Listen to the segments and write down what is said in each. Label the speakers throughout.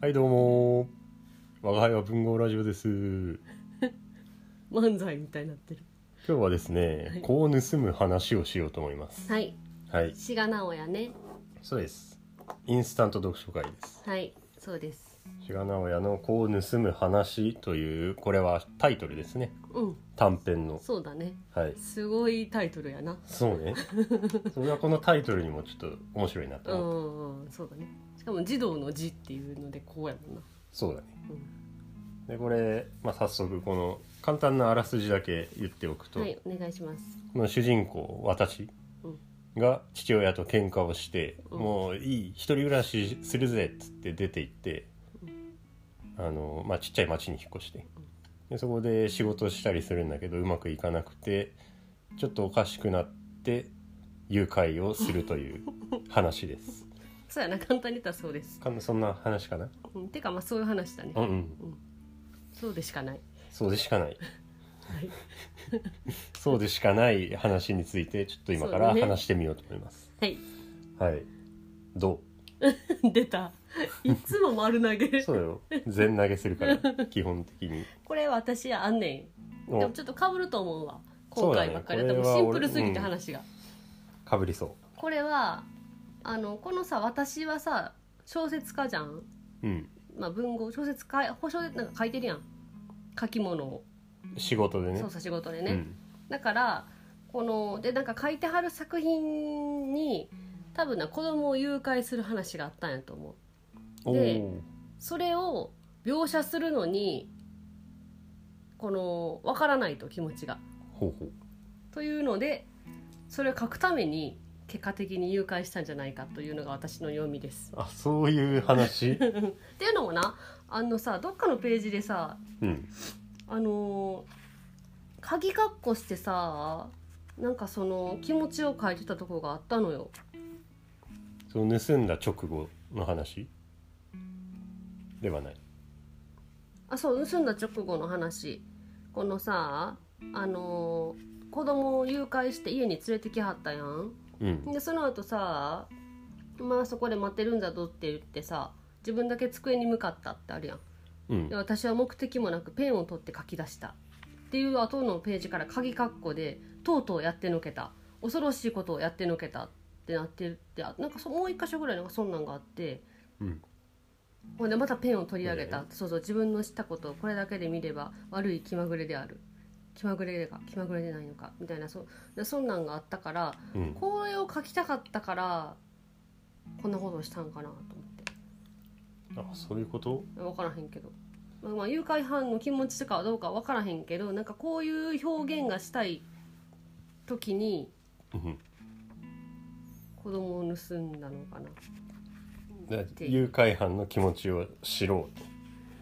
Speaker 1: はいどうも我が輩は文豪ラジオです今
Speaker 2: 漫才みたいになってる
Speaker 1: 日はですね、
Speaker 2: はい
Speaker 1: こう盗む話をしようと思います
Speaker 2: はい
Speaker 1: はい
Speaker 2: 志賀直哉ね
Speaker 1: そうですインスタント読書会です
Speaker 2: はいそうです
Speaker 1: 志賀直哉のこう盗む話というこれはタイトルですね
Speaker 2: うん
Speaker 1: 短編の
Speaker 2: そうだね
Speaker 1: はい
Speaker 2: すごいタイトルやな
Speaker 1: そう ねそれはこのタイトルにもちょっと面白いなと
Speaker 2: う
Speaker 1: 思って、
Speaker 2: んうんそうだねしかも児童の字っていうのでこうやもんな
Speaker 1: そうだね
Speaker 2: うん
Speaker 1: でこれ、まあ、早速この簡単なあらすじだけ言っておくと、
Speaker 2: はいお願いします
Speaker 1: この主人公私が父親と喧嘩をして、
Speaker 2: うん
Speaker 1: もういい一人暮らしするぜっつって出て行って、あのまあ、ちっちゃい町に引っ越してでそこで仕事したりするんだけどうまくいかなくてちょっとおかしくなって誘拐をすると いう話です。
Speaker 2: そうやな簡単に言ったらそうです、
Speaker 1: かんそんな話かな、
Speaker 2: うん、てかまあそういう話だね
Speaker 1: うんうん、
Speaker 2: そうでしかない
Speaker 1: そうでしかない
Speaker 2: はい
Speaker 1: そうでしかない話についてちょっと今から
Speaker 2: そうだね
Speaker 1: 話してみようと思います。
Speaker 2: はい
Speaker 1: はいどう
Speaker 2: 出たいつも丸投 げ
Speaker 1: そうだよ全投げするから 基本的に
Speaker 2: これ私あんねん
Speaker 1: お
Speaker 2: でもちょっと被ると思うわ
Speaker 1: そ
Speaker 2: 今
Speaker 1: うだね
Speaker 2: 回ばっかりだ
Speaker 1: こ
Speaker 2: と
Speaker 1: れは
Speaker 2: シンプルすぎ
Speaker 1: 俺
Speaker 2: て
Speaker 1: うん
Speaker 2: 話が
Speaker 1: かぶりそ
Speaker 2: これはあのこのさ私はさ小説家じゃん、
Speaker 1: ううん
Speaker 2: まあ、文豪小説家保証でなんか書いてるやん書き物を
Speaker 1: 仕事でね
Speaker 2: そうさ仕事で
Speaker 1: う
Speaker 2: ね、
Speaker 1: ん、
Speaker 2: だからこのでなんか書いてはる作品に多分な子供を誘拐する話があったんやと思う
Speaker 1: お
Speaker 2: で
Speaker 1: ー
Speaker 2: それを描写するのにこの分からないと気持ちが
Speaker 1: ほうほう
Speaker 2: というのでそれを書くために結果的に誘拐したんじゃないかというのが私の読みです
Speaker 1: あそういう 話
Speaker 2: っていうのもなあのさどっかのページでさ
Speaker 1: うん
Speaker 2: あのー鍵括弧してさなんかその気持ちを書いてたとこがあったのよ
Speaker 1: その盗んだ直後の話ではない
Speaker 2: あそう盗んだ直後の話このさあのー子供を誘拐して家に連れてきはったやん
Speaker 1: うん
Speaker 2: でその後さまあそこで待ってるんだぞって言ってさ自分だけ机に向かったってあるやん
Speaker 1: うん
Speaker 2: で私は目的もなくペンを取って書き出したっていう後のページから鍵括弧で「とうとうやってのけた恐ろしいことをやってのけた」ってなってるってあなんかそもう一箇所ぐらいなんかそんなんがあって
Speaker 1: うん
Speaker 2: ほんでまたペンを取り上げた、
Speaker 1: え
Speaker 2: そうそう自分のしたことをこれだけで見れば悪い気まぐれである気まぐれが気まぐれでないのかみたいなそなそんなんがあったから
Speaker 1: うん
Speaker 2: これを書きたかったからこんなことをしたんかなと思って。
Speaker 1: あそういうこと
Speaker 2: 分からへんけど、まあ、まあ誘拐犯の気持ちとかはどうか分からへんけどなんかこういう表現がしたい時に
Speaker 1: うん
Speaker 2: 子供を盗んだのかな
Speaker 1: で
Speaker 2: て
Speaker 1: 誘拐犯の気持ちを知ろうと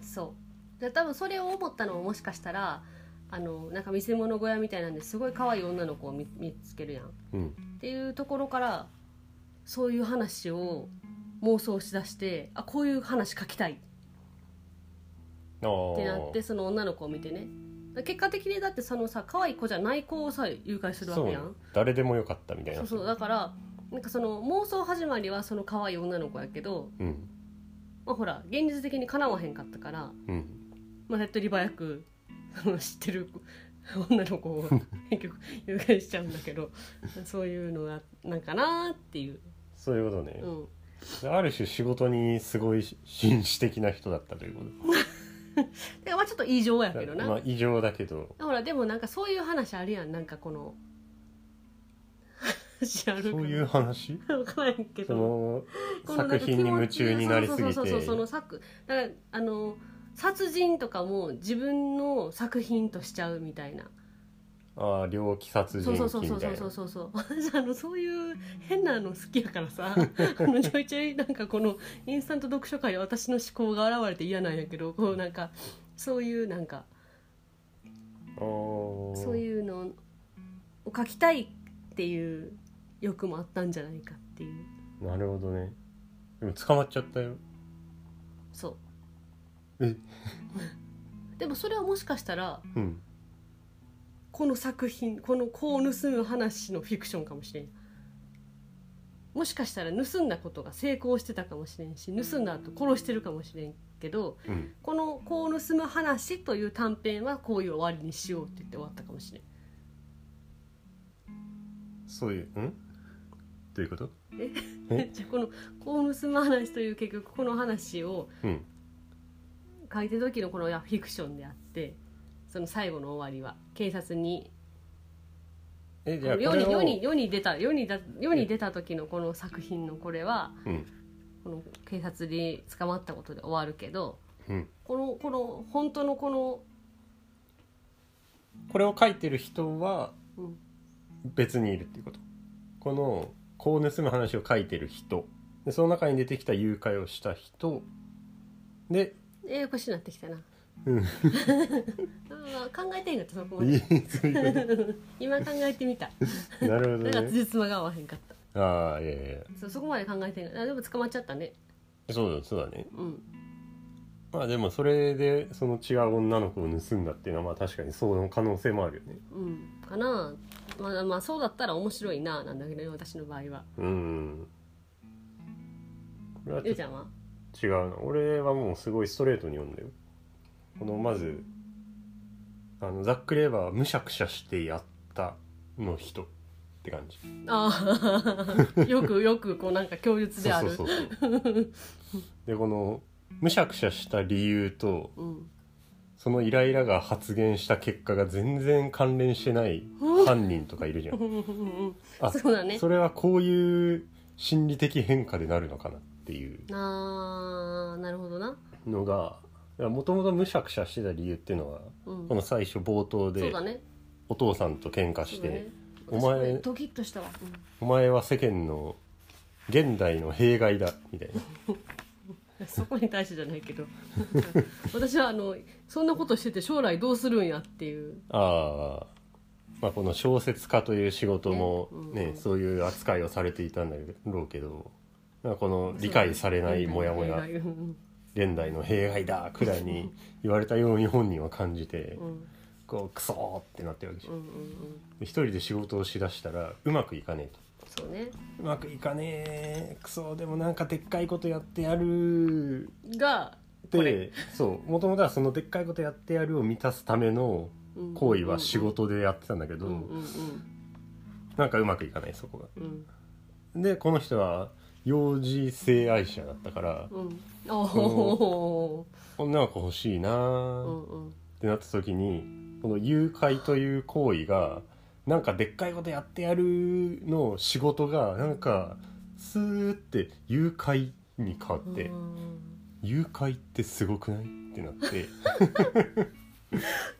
Speaker 2: そうで多分それを思ったのももしかしたらあのなんか見せ物小屋みたいなんですごい可愛い女の子を見見つけるやんっ
Speaker 1: うん
Speaker 2: ていうところからそういう話を妄想しだしてあこういう話書きたい
Speaker 1: ああ
Speaker 2: ってなってその女の子を見てね結果的にだってそのさ可愛い子じゃない子をさ誘拐するわ
Speaker 1: そ
Speaker 2: けやん
Speaker 1: う誰でもよかったみたいな
Speaker 2: そうそうだからなんかその妄想始まりはその可愛い女の子やけど、
Speaker 1: うん
Speaker 2: まあ、ほら現実的にかなわへんかったから、
Speaker 1: うん
Speaker 2: まあ、手っ取り早くその知ってる女の子 を結局誘拐しちゃうんだけどそういうのがなんかなーっていう、
Speaker 1: そういうことね、
Speaker 2: うん、
Speaker 1: である種仕事にすごい紳士的な人だったということ
Speaker 2: でまあちょっと異常やけどな、
Speaker 1: まあ異常だけど
Speaker 2: ほらでもなんかそういう話あるやんなんか この話ある
Speaker 1: そう いう話
Speaker 2: 分からんけ
Speaker 1: そ
Speaker 2: ど。
Speaker 1: の
Speaker 2: このな
Speaker 1: 作
Speaker 2: んか気持
Speaker 1: 品
Speaker 2: ち
Speaker 1: に夢中になりすぎて
Speaker 2: そうそうそうそうその作だからあの殺人とかも自分の作品としちゃうみたいな
Speaker 1: ああ猟奇殺人
Speaker 2: そうそうそう
Speaker 1: 鬼
Speaker 2: そ
Speaker 1: み
Speaker 2: う
Speaker 1: たいうな
Speaker 2: そそうそうそう私あのそういう変なの好きやからさあのちょいちょいなんかこのインスタント読書会は私の思考が現れて嫌なんやけどこうなんかそういうなんか
Speaker 1: あー
Speaker 2: そういうのを書きたいっていう欲もあったんじゃないかっていう
Speaker 1: なるほどねでも捕まっちゃったよ
Speaker 2: そう
Speaker 1: え
Speaker 2: でもそれはもしかしたら
Speaker 1: うん
Speaker 2: この作品この子を盗む話のフィクションかもしれんもしかしたら盗んだことが成功してたかもしれんし盗んだ後殺してるかもしれんけど
Speaker 1: うん
Speaker 2: この「子を盗む話」という短編はこういう終わりにしようって言って終わったかもしれん
Speaker 1: そういうんどういうことえ
Speaker 2: じゃあ この「子を盗む話」という結局この話を
Speaker 1: うん
Speaker 2: 書いてる時のこのいやフィクションであってその最後の終わりは警察に
Speaker 1: えじゃあこ
Speaker 2: 世
Speaker 1: れ
Speaker 2: に世
Speaker 1: を
Speaker 2: に世に出た世にだ世に出た時のこの作品のこれは
Speaker 1: うん
Speaker 2: この警察に捕まったことで終わるけど
Speaker 1: うん
Speaker 2: このこの本当のこの
Speaker 1: これを書いてる人は
Speaker 2: うん
Speaker 1: 別にいるっていうことこの「こう盗む話」を書いてる人でその中に出てきた誘拐をした人で
Speaker 2: ややこしになってきたな、
Speaker 1: うん
Speaker 2: あー考えてんかったそこま
Speaker 1: い
Speaker 2: で
Speaker 1: いそういうこ
Speaker 2: 今考えてみた
Speaker 1: と なるほ
Speaker 2: だか
Speaker 1: ど
Speaker 2: ら
Speaker 1: ね
Speaker 2: 辻褄が合わへんかった
Speaker 1: ああいやいや
Speaker 2: そうそこまで考えてんかったあでも捕まっちゃったね
Speaker 1: そうだそうだね
Speaker 2: うん
Speaker 1: まあでもそれでその違う女の子を盗んだっていうのはまあ確かにその可能性もあるよね
Speaker 2: うんかなまあまあそうだったら面白いななんだけどね私の場合は
Speaker 1: うんこれはち
Speaker 2: ゆ
Speaker 1: ょっ
Speaker 2: うちゃんは
Speaker 1: と違うな俺はもうすごいストレートに読んだよこのまずあのざっくり言えばむしゃくしゃしてやったの人って感じ
Speaker 2: あ あよくよくこうなんか供述である
Speaker 1: そうそうそうそうでこのむしゃくしゃした理由と
Speaker 2: うん
Speaker 1: そのイライラが発言した結果が全然関連してない犯人とかいるじゃ んあ
Speaker 2: そうだね
Speaker 1: それはこういう心理的変化でなるのかなっていう
Speaker 2: あーなるほどな、
Speaker 1: のがもともとむしゃくしゃしてた理由っていうのは
Speaker 2: うん
Speaker 1: こ、の最初冒頭
Speaker 2: そう
Speaker 1: で
Speaker 2: だね
Speaker 1: お父さんと喧嘩
Speaker 2: そ
Speaker 1: し
Speaker 2: う
Speaker 1: て、
Speaker 2: だね
Speaker 1: お前
Speaker 2: 私これドキッとしたわ、
Speaker 1: お前は世間の現代の弊害だ」みたいな
Speaker 2: うんそこに対してじゃないけど うん私はあのそんなことしてて将来どうするんやっていう
Speaker 1: あー、まあこの小説家という仕事も
Speaker 2: ね
Speaker 1: ね
Speaker 2: うんうん
Speaker 1: そういう扱いをされていたんだろうけどなんかこの理解されないモヤモヤ
Speaker 2: うん
Speaker 1: 現代の弊害だくらいに言われたように本人は感じて
Speaker 2: うんうん
Speaker 1: こうクソーってなってるわけじゃん
Speaker 2: うんうん
Speaker 1: 一人で仕事をしだしたらうまくいかねえと
Speaker 2: そうね
Speaker 1: うまくいかねえクソでもなんかでっかいことやってやる
Speaker 2: がこれ
Speaker 1: でそうもともとはそのでっかいことやってやるを満たすための行為は仕事でやってたんだけど、
Speaker 2: うんうんうん
Speaker 1: なんかうまくいかないそこが
Speaker 2: うん
Speaker 1: でこの人は幼児性愛者だったから
Speaker 2: うんうんお
Speaker 1: 女の子欲しいな
Speaker 2: ーう
Speaker 1: ーっ
Speaker 2: んうん
Speaker 1: てなった時にこの誘拐という行為がなんかでっかいことやってやるの仕事がなんかスーって誘拐に変わって、
Speaker 2: うん
Speaker 1: 誘拐ってすごくないってなって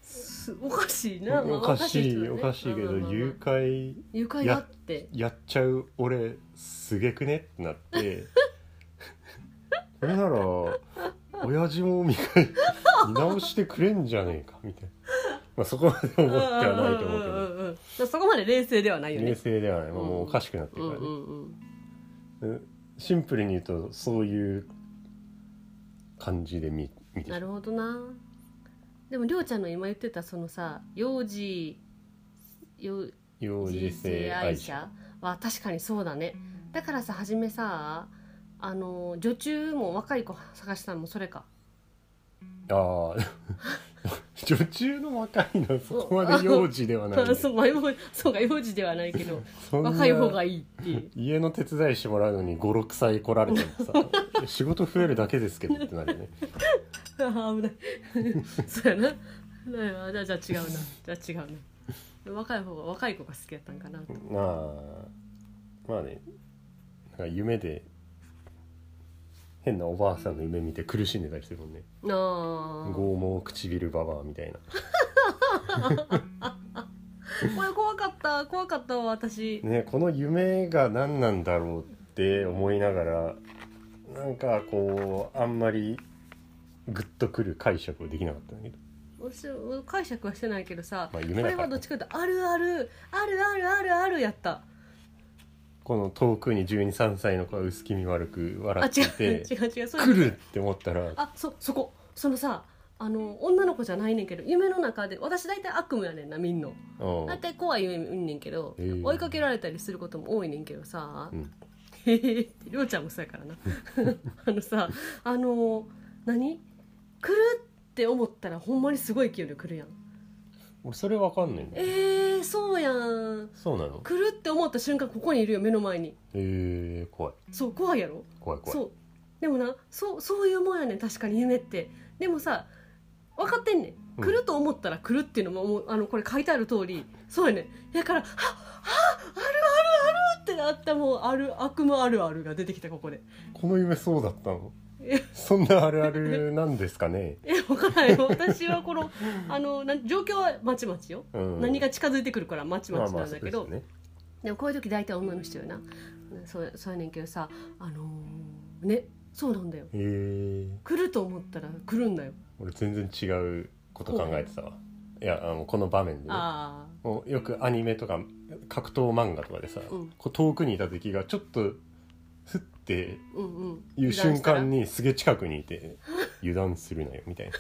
Speaker 2: すおかしいなまあ
Speaker 1: おかし
Speaker 2: 人
Speaker 1: い
Speaker 2: だね
Speaker 1: おかしいけ
Speaker 2: まあ
Speaker 1: ど
Speaker 2: まあまあ
Speaker 1: 誘拐
Speaker 2: 誘拐だって
Speaker 1: やっちゃう俺すげくねってなって これなら親父も見返見直してくれんじゃねえかみ たいな、まあ、そこまで思ってはないと思うけど
Speaker 2: んんんうんそこまで冷静ではないよね
Speaker 1: 冷静ではない、まあ、
Speaker 2: うん
Speaker 1: もうおかしくなってるから
Speaker 2: う
Speaker 1: ね、
Speaker 2: んうんうん
Speaker 1: シンプルに言うとそういう感じで見見て
Speaker 2: な
Speaker 1: る
Speaker 2: るほどなでもりょうちゃんの今言ってたそのさ幼児幼
Speaker 1: 幼児
Speaker 2: 児
Speaker 1: 性
Speaker 2: 性
Speaker 1: 愛
Speaker 2: 愛
Speaker 1: 者
Speaker 2: 者は確かにそうだねだからさ初めさあの女中も若い子探したのもそれか
Speaker 1: ああ 女中の若いのはそこまで幼児ではないんで
Speaker 2: そうまあ幼そうか幼児ではないけど
Speaker 1: そんな
Speaker 2: 若い方がいいっていう
Speaker 1: 家の手伝いしてもらうのに56歳来られてもさ仕事増えるだけですけどってな るね
Speaker 2: ああ危ない そうやななんやじゃあじゃあ違うなじゃあ違うな若い方が若い子が好きやったんかなと
Speaker 1: まあまあねなんか夢で変なおばあさんの夢見て苦しんでたりするもんね
Speaker 2: あー
Speaker 1: 剛毛唇ババアみたいな
Speaker 2: これ怖かった怖かったわ私
Speaker 1: ねこの夢が何なんだろうって思いながらなんかこうあんまりグッとくる解釈はできなかったんだけど
Speaker 2: 私解釈はしてないけどさ、
Speaker 1: まあ
Speaker 2: こ
Speaker 1: 夢だ
Speaker 2: れ
Speaker 1: から
Speaker 2: はど
Speaker 1: ね、
Speaker 2: っちかというとあるあるあるあるあるあるやった
Speaker 1: この遠くに123歳の子が薄気味悪く
Speaker 2: あ
Speaker 1: 笑っ
Speaker 2: 違
Speaker 1: ていうて
Speaker 2: 違う違うそれ
Speaker 1: 来るって思ったら
Speaker 2: あそそこそのさあの女の子じゃないねんけど夢の中で私大体悪夢やねんなみんな
Speaker 1: うん
Speaker 2: 大体怖い夢見んねんけど、
Speaker 1: へー
Speaker 2: 追いかけられたりすることも多いねんけどさ、
Speaker 1: うん
Speaker 2: へへへってりょうちゃんもそうやからなあのさあの何来るって思ったらほんまにすごい勢いで来るやん
Speaker 1: 俺それわかんないんだよ
Speaker 2: えー、そうやん
Speaker 1: そうなの
Speaker 2: 来るって思った瞬間ここにいるよ目の前に
Speaker 1: えー、怖い
Speaker 2: そう怖いやろ
Speaker 1: 怖い怖い
Speaker 2: そうでもなそうそういうもんやねん確かに夢ってでもさ分かってんね
Speaker 1: うん
Speaker 2: ん来ると思ったら来るっていうのももうあのこれ書いてある通りそうやねんだから「はっはっあるあるある」ってなったもうある悪夢あるあるが出てきたここで
Speaker 1: この夢そうだったの
Speaker 2: え
Speaker 1: そんなあるあるなんですかね、
Speaker 2: え分から ない私はこのあのなん状況はまちまちよ、
Speaker 1: うん、
Speaker 2: 何が近づいてくるからまちまちなん
Speaker 1: そ
Speaker 2: だ
Speaker 1: うで
Speaker 2: け
Speaker 1: す
Speaker 2: ど、
Speaker 1: よね
Speaker 2: でもこういう時大体女の人よなそうそうやねんけどさあのーねそうなんだよ
Speaker 1: えー、
Speaker 2: 来ると思ったら来るんだよ
Speaker 1: 俺全然違うこと考えてたわいやあのこの場面でね
Speaker 2: あ
Speaker 1: もうよくアニメとか格闘漫画とかでさ、
Speaker 2: うん
Speaker 1: こう遠くにいた敵がちょっとふって
Speaker 2: あうんうん
Speaker 1: いう瞬間
Speaker 2: に
Speaker 1: にすげえ近くにいて「油断するなよ」みたいな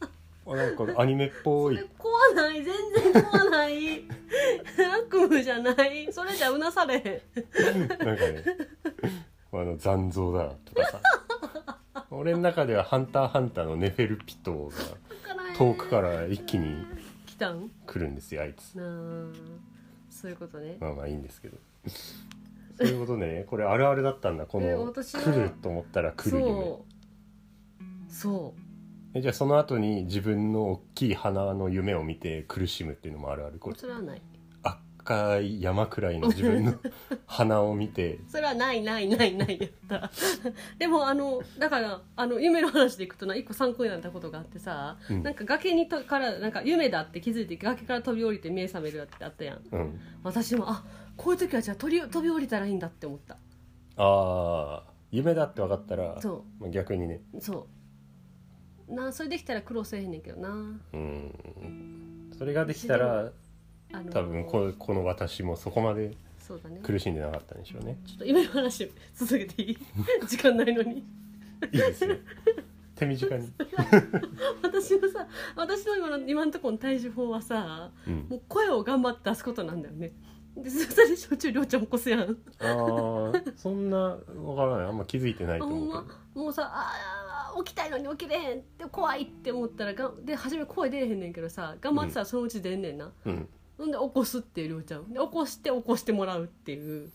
Speaker 1: あなんかアニメっぽい
Speaker 2: 怖ない全然怖ない悪夢じゃないそれじゃうなされへん
Speaker 1: なんかね「あの残像だ」とかさ俺の中では「ハンターハンター」のネフェルピトーが遠くから一気に
Speaker 2: 来たん
Speaker 1: 来るんですよあいつ
Speaker 2: なあそういうことね
Speaker 1: まあまあいいんですけどそういうことねこれあるあるだったんだこ
Speaker 2: え
Speaker 1: の「
Speaker 2: 私は
Speaker 1: 来る」と思ったら来る夢
Speaker 2: そうそう
Speaker 1: えじゃあその後に自分の大きい花の夢を見て苦しむっていうのもあるあるこれ
Speaker 2: それはない
Speaker 1: 赤い山くらいの自分 の花を見て
Speaker 2: それはないないないないやった でもあのだからあの夢の話でいくとな一個参考になったことがあってさ、
Speaker 1: うん
Speaker 2: なんか崖にとからなんか夢だって気づいて崖から飛び降りて目覚めるってあったやん
Speaker 1: うん
Speaker 2: 私もあこういう時はじゃあ飛び飛び降りたらいいんだって思った
Speaker 1: ああ夢だって分かったら
Speaker 2: そ
Speaker 1: まあ逆にね
Speaker 2: うそうなあそれできたら苦労せえへんねんけどな
Speaker 1: うんそれができたら
Speaker 2: あの
Speaker 1: 多分ここの私もそこまで
Speaker 2: そうだね
Speaker 1: 苦しんでなかったんでしょうね
Speaker 2: ちょっと夢の話続けていい 時間ないのに
Speaker 1: いいですよ手短に、
Speaker 2: 私のさ私の今の今のところの対処法はさ
Speaker 1: うん、
Speaker 2: もう声を頑張って出すことなんだよねでそれでしょっちゅうりょうちゃん起こすやん
Speaker 1: ああそんな分からないあんま気づいてない
Speaker 2: あ
Speaker 1: と
Speaker 2: ほん
Speaker 1: 思う
Speaker 2: ま
Speaker 1: けど
Speaker 2: もうさあー起きたいのに起きれへんって怖いって思ったらがで初め声出えへんねんけどさ頑張ってたらそのうち出んねんな、
Speaker 1: うん
Speaker 2: ほんで起こすっていうりょうちゃんで起こして起こしてもらうっていう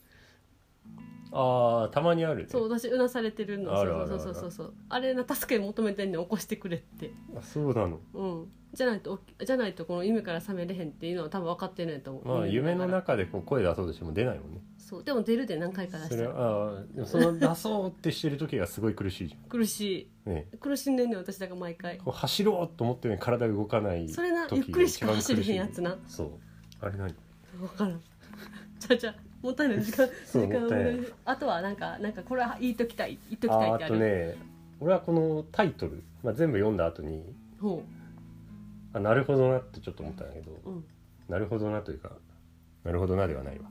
Speaker 1: ああたまにあるね
Speaker 2: そう私うなされてるの
Speaker 1: あるあるある
Speaker 2: そうそうそうそうそうあれな助け求めてんねん起こしてくれって
Speaker 1: あそうなの
Speaker 2: うんじゃないと起きじゃないとこの夢から覚めれへんっていうのは多分分かってんねんと思う、
Speaker 1: まあ夢の
Speaker 2: だか
Speaker 1: 中
Speaker 2: ら
Speaker 1: でこう声出そうとしても出ないもんね
Speaker 2: そうでも出るで何回か出
Speaker 1: そ
Speaker 2: した
Speaker 1: れ
Speaker 2: ら
Speaker 1: はああでもその出そうってしてる時がすごい苦しいじ
Speaker 2: 苦し
Speaker 1: ゃんね
Speaker 2: い苦しんでんねん私だから毎回
Speaker 1: こう走ろうと思ってね体が動かない
Speaker 2: それなゆっ
Speaker 1: 時
Speaker 2: く
Speaker 1: が
Speaker 2: りし
Speaker 1: 一
Speaker 2: か
Speaker 1: 番苦
Speaker 2: 走れへんやつ
Speaker 1: な
Speaker 2: な
Speaker 1: そうあれ何
Speaker 2: 分からん ちゃうちゃうもったいない時間
Speaker 1: そう
Speaker 2: 時間
Speaker 1: もったいない
Speaker 2: あとはなんかなんかこれは言いときたい言っとき
Speaker 1: あ
Speaker 2: たいっ
Speaker 1: あ
Speaker 2: てあ
Speaker 1: あ
Speaker 2: る
Speaker 1: とね俺はこのタイトル、まあ、全部読んだ後に
Speaker 2: ほ
Speaker 1: あなるほどなってちょっと思ったんだけど
Speaker 2: う、うん、
Speaker 1: なるほどなというかなるほどなではないわ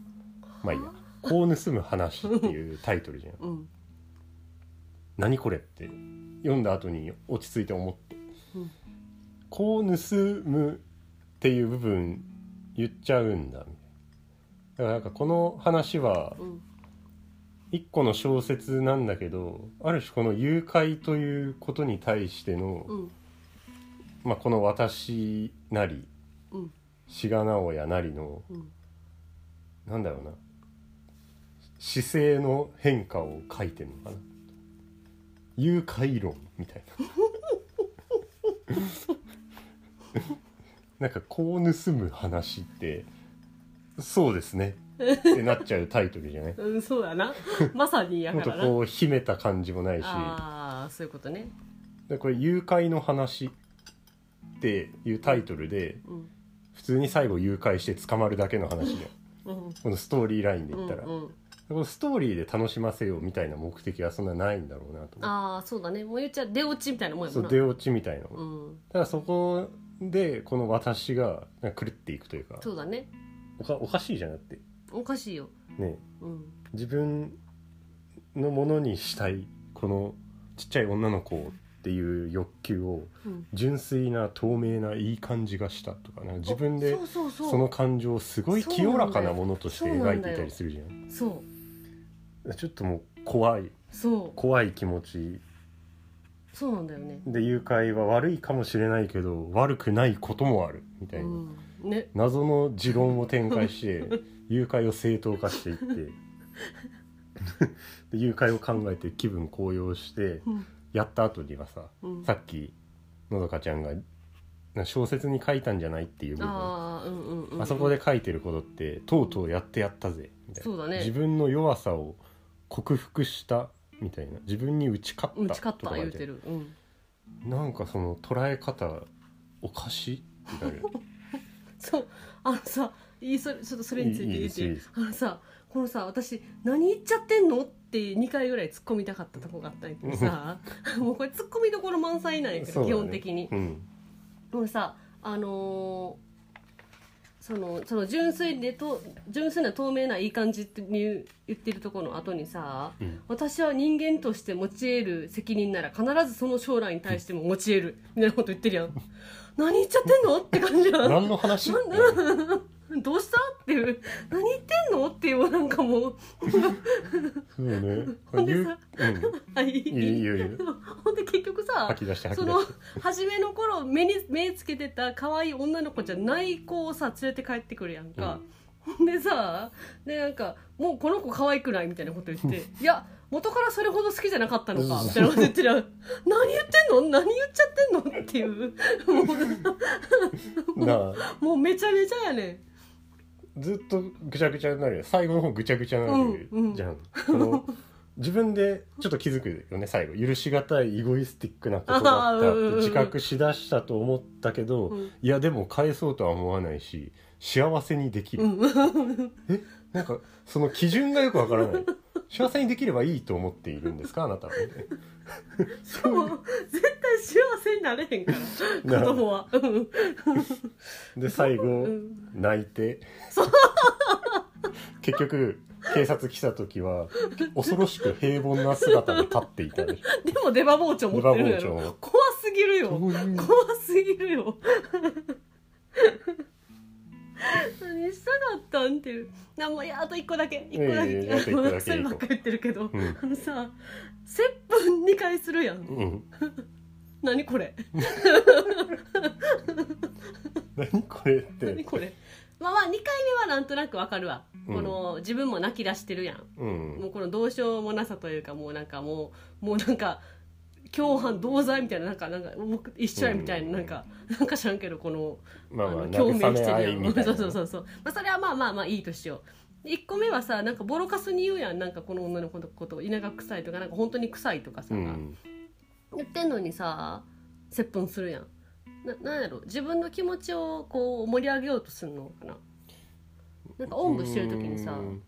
Speaker 1: まあいいや「こう盗む話」っていうタイトルじゃん
Speaker 2: うん
Speaker 1: 何これって読んだ後に落ち着いて思って、
Speaker 2: うん
Speaker 1: こう盗むっていう部分言っちゃうんだみたいなだからなんかこの話は
Speaker 2: うん
Speaker 1: 一個の小説なんだけどある種この誘拐ということに対しての、
Speaker 2: うん
Speaker 1: まあ、この私なり
Speaker 2: うん
Speaker 1: 志賀直哉なりの
Speaker 2: うん
Speaker 1: なんだろうな姿勢の変化を書いてるのかな誘拐論みたいななん かこう盗む話ってそうですねってなっちゃうタイトルじゃない
Speaker 2: うん、そうだ なまさにや
Speaker 1: も
Speaker 2: か
Speaker 1: っと
Speaker 2: らな
Speaker 1: こう秘めた感じもないし
Speaker 2: ああそういうことね
Speaker 1: でこれ「誘拐の話」っていうタイトルで
Speaker 2: うん
Speaker 1: 普通に最後誘拐して捕まるだけの話 じゃん
Speaker 2: うん
Speaker 1: このストーリーラインで
Speaker 2: う
Speaker 1: 言
Speaker 2: ん
Speaker 1: ったら、
Speaker 2: うん
Speaker 1: このストーリーで楽しませようみたいな目的はそんなないんだろうなと思っ
Speaker 2: ああそうだねもう言っちゃ出落ちみたいなもん
Speaker 1: てそ
Speaker 2: やもん
Speaker 1: う
Speaker 2: な
Speaker 1: 出落ちみたいな、
Speaker 2: うん
Speaker 1: ただそこでこの私がなんか狂っていくというか
Speaker 2: そうだね
Speaker 1: おかおかしいじゃなくて
Speaker 2: おかしいよ
Speaker 1: ね
Speaker 2: うん
Speaker 1: 自分のものにしたいこのちっちゃい女の子っていう欲求を
Speaker 2: うん
Speaker 1: 純粋な透明ないい感じがしたとかなんか自分で
Speaker 2: そうそうそう
Speaker 1: その感情をすごい清らかなものとして
Speaker 2: そうな
Speaker 1: 描
Speaker 2: ん
Speaker 1: い
Speaker 2: だ
Speaker 1: て
Speaker 2: よ
Speaker 1: いたりするじゃ
Speaker 2: そ
Speaker 1: んちょっともう怖いう
Speaker 2: そ
Speaker 1: 怖い気持ち
Speaker 2: そうなんだよね。
Speaker 1: で誘拐は悪いかもしれないけど悪くないこともあるみたいな、
Speaker 2: うん、ね
Speaker 1: 謎の持論を展開して 誘拐を正当化していってで誘拐を考えて気分高揚して
Speaker 2: うん
Speaker 1: やった後にはさ
Speaker 2: うん
Speaker 1: さっきのどかちゃんがな小説に書いたんじゃないっていう部分あ,、
Speaker 2: ああうんうんうん
Speaker 1: そこで書いてることってとうとうやってやったぜみたいな
Speaker 2: そうだね
Speaker 1: 自分の弱さを克服したみたいな自分に打ち勝
Speaker 2: 打
Speaker 1: った
Speaker 2: ち勝っ
Speaker 1: と
Speaker 2: た
Speaker 1: か
Speaker 2: 言
Speaker 1: 書
Speaker 2: う
Speaker 1: い
Speaker 2: てる、うん、
Speaker 1: なんかその捉え方おかしいってなる
Speaker 2: そうあのさいいそれちょっ とそれについて言ってい
Speaker 1: いいいい
Speaker 2: い
Speaker 1: です
Speaker 2: あのさこのさ私何言っちゃってんのって2回ぐらい突っ込みたかったとこがあったんやけど さもうこれ突っ込みどころ満載なんやけ
Speaker 1: そ
Speaker 2: ど、
Speaker 1: うだね
Speaker 2: 基本的に
Speaker 1: うん
Speaker 2: もうさあのーそのその純粋でと純粋な透明ないい感じって言う言ってるところの後にさ
Speaker 1: うん
Speaker 2: 私は人間として持ち得る責任なら必ずその将来に対しても持ち得るみたいなこと言ってるやん何言っちゃってんのって感じ やん
Speaker 1: 何の話
Speaker 2: なんだ どうしたっていう何言ってんのっていうなんかもう
Speaker 1: そうね。
Speaker 2: ほんで
Speaker 1: 言う
Speaker 2: さ
Speaker 1: うん。
Speaker 2: あいい
Speaker 1: いいいいよいいよ
Speaker 2: ほんで結局さ
Speaker 1: 吐き出して吐き
Speaker 2: そ
Speaker 1: 出
Speaker 2: の
Speaker 1: して。
Speaker 2: 初めの頃目に目つけてた可愛い女の子じゃない子をさ連れて帰ってくるやんか、ほんでさでなんか「もうこの子可愛くない?」みたいなこと言って「いや元からそれほど好きじゃなかったのか」みたいなこと言ってるやん「何言ってんの何言っちゃってんの?」っていう
Speaker 1: なあ、
Speaker 2: もうめちゃめちゃやねん。
Speaker 1: ずっとぐちゃぐちゃになるよ。最後の方ぐちゃぐちゃになる
Speaker 2: うんうん
Speaker 1: じゃん。その自分でちょっと気づくよね最後許しがたいイゴイスティックなことだった
Speaker 2: あーうんう
Speaker 1: っ
Speaker 2: んうん
Speaker 1: て自覚しだしたと思ったけど、
Speaker 2: うん
Speaker 1: いやでも返そうとは思わないし幸せにできる、えなんかその基準がよくわからない幸せにできればいいと思っているんですかあなたは、
Speaker 2: しか も絶対幸せになれへんから子供はうん
Speaker 1: で最後
Speaker 2: うん
Speaker 1: 泣いて結局警察来た時は恐ろしく平凡な姿で立っていたね
Speaker 2: でも出刃包丁持ってるや
Speaker 1: 出刃包丁
Speaker 2: ろ怖すぎるよ
Speaker 1: どういう
Speaker 2: 怖すぎるよ何したかったんっていうなもういやあと一個だけ一個だけ
Speaker 1: いやいやいやあと一個だけ
Speaker 2: そればっか言ってるけど、
Speaker 1: うん
Speaker 2: あのさ接吻2回するやん
Speaker 1: うん
Speaker 2: 何これ
Speaker 1: 何これっ
Speaker 2: 何
Speaker 1: て
Speaker 2: これまあまあ2回目はなんとなくわかるわ、
Speaker 1: うん
Speaker 2: この自分も泣き出してるやん
Speaker 1: うん
Speaker 2: もうこのどうしようもなさというかもうなんかもうもうなんか共犯同罪みたいななんかなんか僕一緒やみたいな、
Speaker 1: うん
Speaker 2: なんかなんか知らんけどこの,、
Speaker 1: まあまあ
Speaker 2: の共鳴
Speaker 1: 慰
Speaker 2: して
Speaker 1: め合
Speaker 2: る
Speaker 1: い
Speaker 2: や
Speaker 1: み
Speaker 2: ん
Speaker 1: たいな
Speaker 2: そうそうそうそう、まあ、それはまあまあまあいいとしよう1個目はさなんかボロカスに言うやんなんかこの女の子のこと田舎臭いとかなんか本当に臭いとかさ、
Speaker 1: うん
Speaker 2: 言ってんのにさ接吻するやんななんやろ自分の気持ちをこう盛り上げようとするのかななんかおんぶしてる時にさ
Speaker 1: うん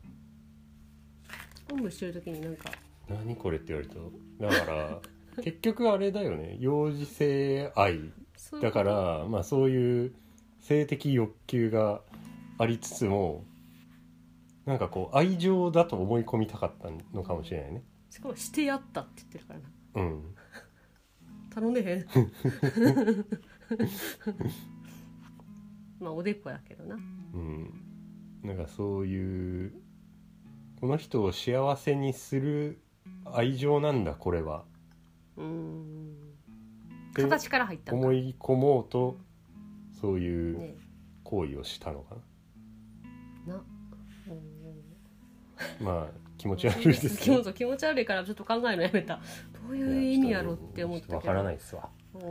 Speaker 2: おんぶしてる時になんか
Speaker 1: 何これって言われただから結局あれだよね幼児性愛
Speaker 2: そういう
Speaker 1: だ
Speaker 2: こ
Speaker 1: か
Speaker 2: と
Speaker 1: らまあそういう性的欲求がありつつもなんかこう愛情だと思い込みたかったのかもしれないね
Speaker 2: しかもしてやったって言ってるからな
Speaker 1: うん
Speaker 2: 頼んでへん まあおでこやけどな
Speaker 1: うんなんかそういうこの人を幸せにする愛情なんだこれは
Speaker 2: うーん
Speaker 1: って
Speaker 2: 形から入ったんだ
Speaker 1: 思い込もうとそういう
Speaker 2: ね
Speaker 1: 行為をしたのかな、
Speaker 2: なうん
Speaker 1: まあ気持ち悪いです
Speaker 2: 気持ち気持ち悪いからちょっと考えるのやめたどういう意味やろって思ったけど
Speaker 1: わからないっすわ
Speaker 2: うー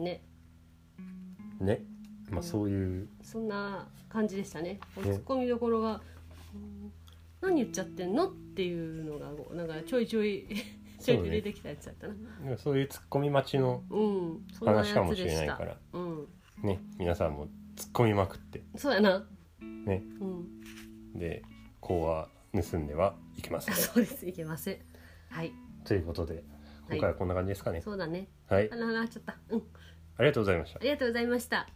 Speaker 2: んね
Speaker 1: ねまあそういう
Speaker 2: そんな感じでしたねツ
Speaker 1: ね
Speaker 2: ッコミどころが「うん何言っちゃってんの?」っていうのがなんかちょいちょい ちょいちょい出てきたやつだったなう,、
Speaker 1: なんかそういうツッコミ待ちの
Speaker 2: んそんなや
Speaker 1: 話かも
Speaker 2: つ
Speaker 1: し
Speaker 2: で
Speaker 1: れな
Speaker 2: し
Speaker 1: い
Speaker 2: た
Speaker 1: から
Speaker 2: うん
Speaker 1: ね皆さんも突っ込みまくって
Speaker 2: そうやな
Speaker 1: ね
Speaker 2: うん
Speaker 1: でこうは盗んではいきま せ
Speaker 2: あ
Speaker 1: ん
Speaker 2: そうですいけませんはい
Speaker 1: ということで今回はこんな感じですかね
Speaker 2: そうだね
Speaker 1: はい、
Speaker 2: あらあらちゃったうん
Speaker 1: ありがとうございました
Speaker 2: ありがとうございました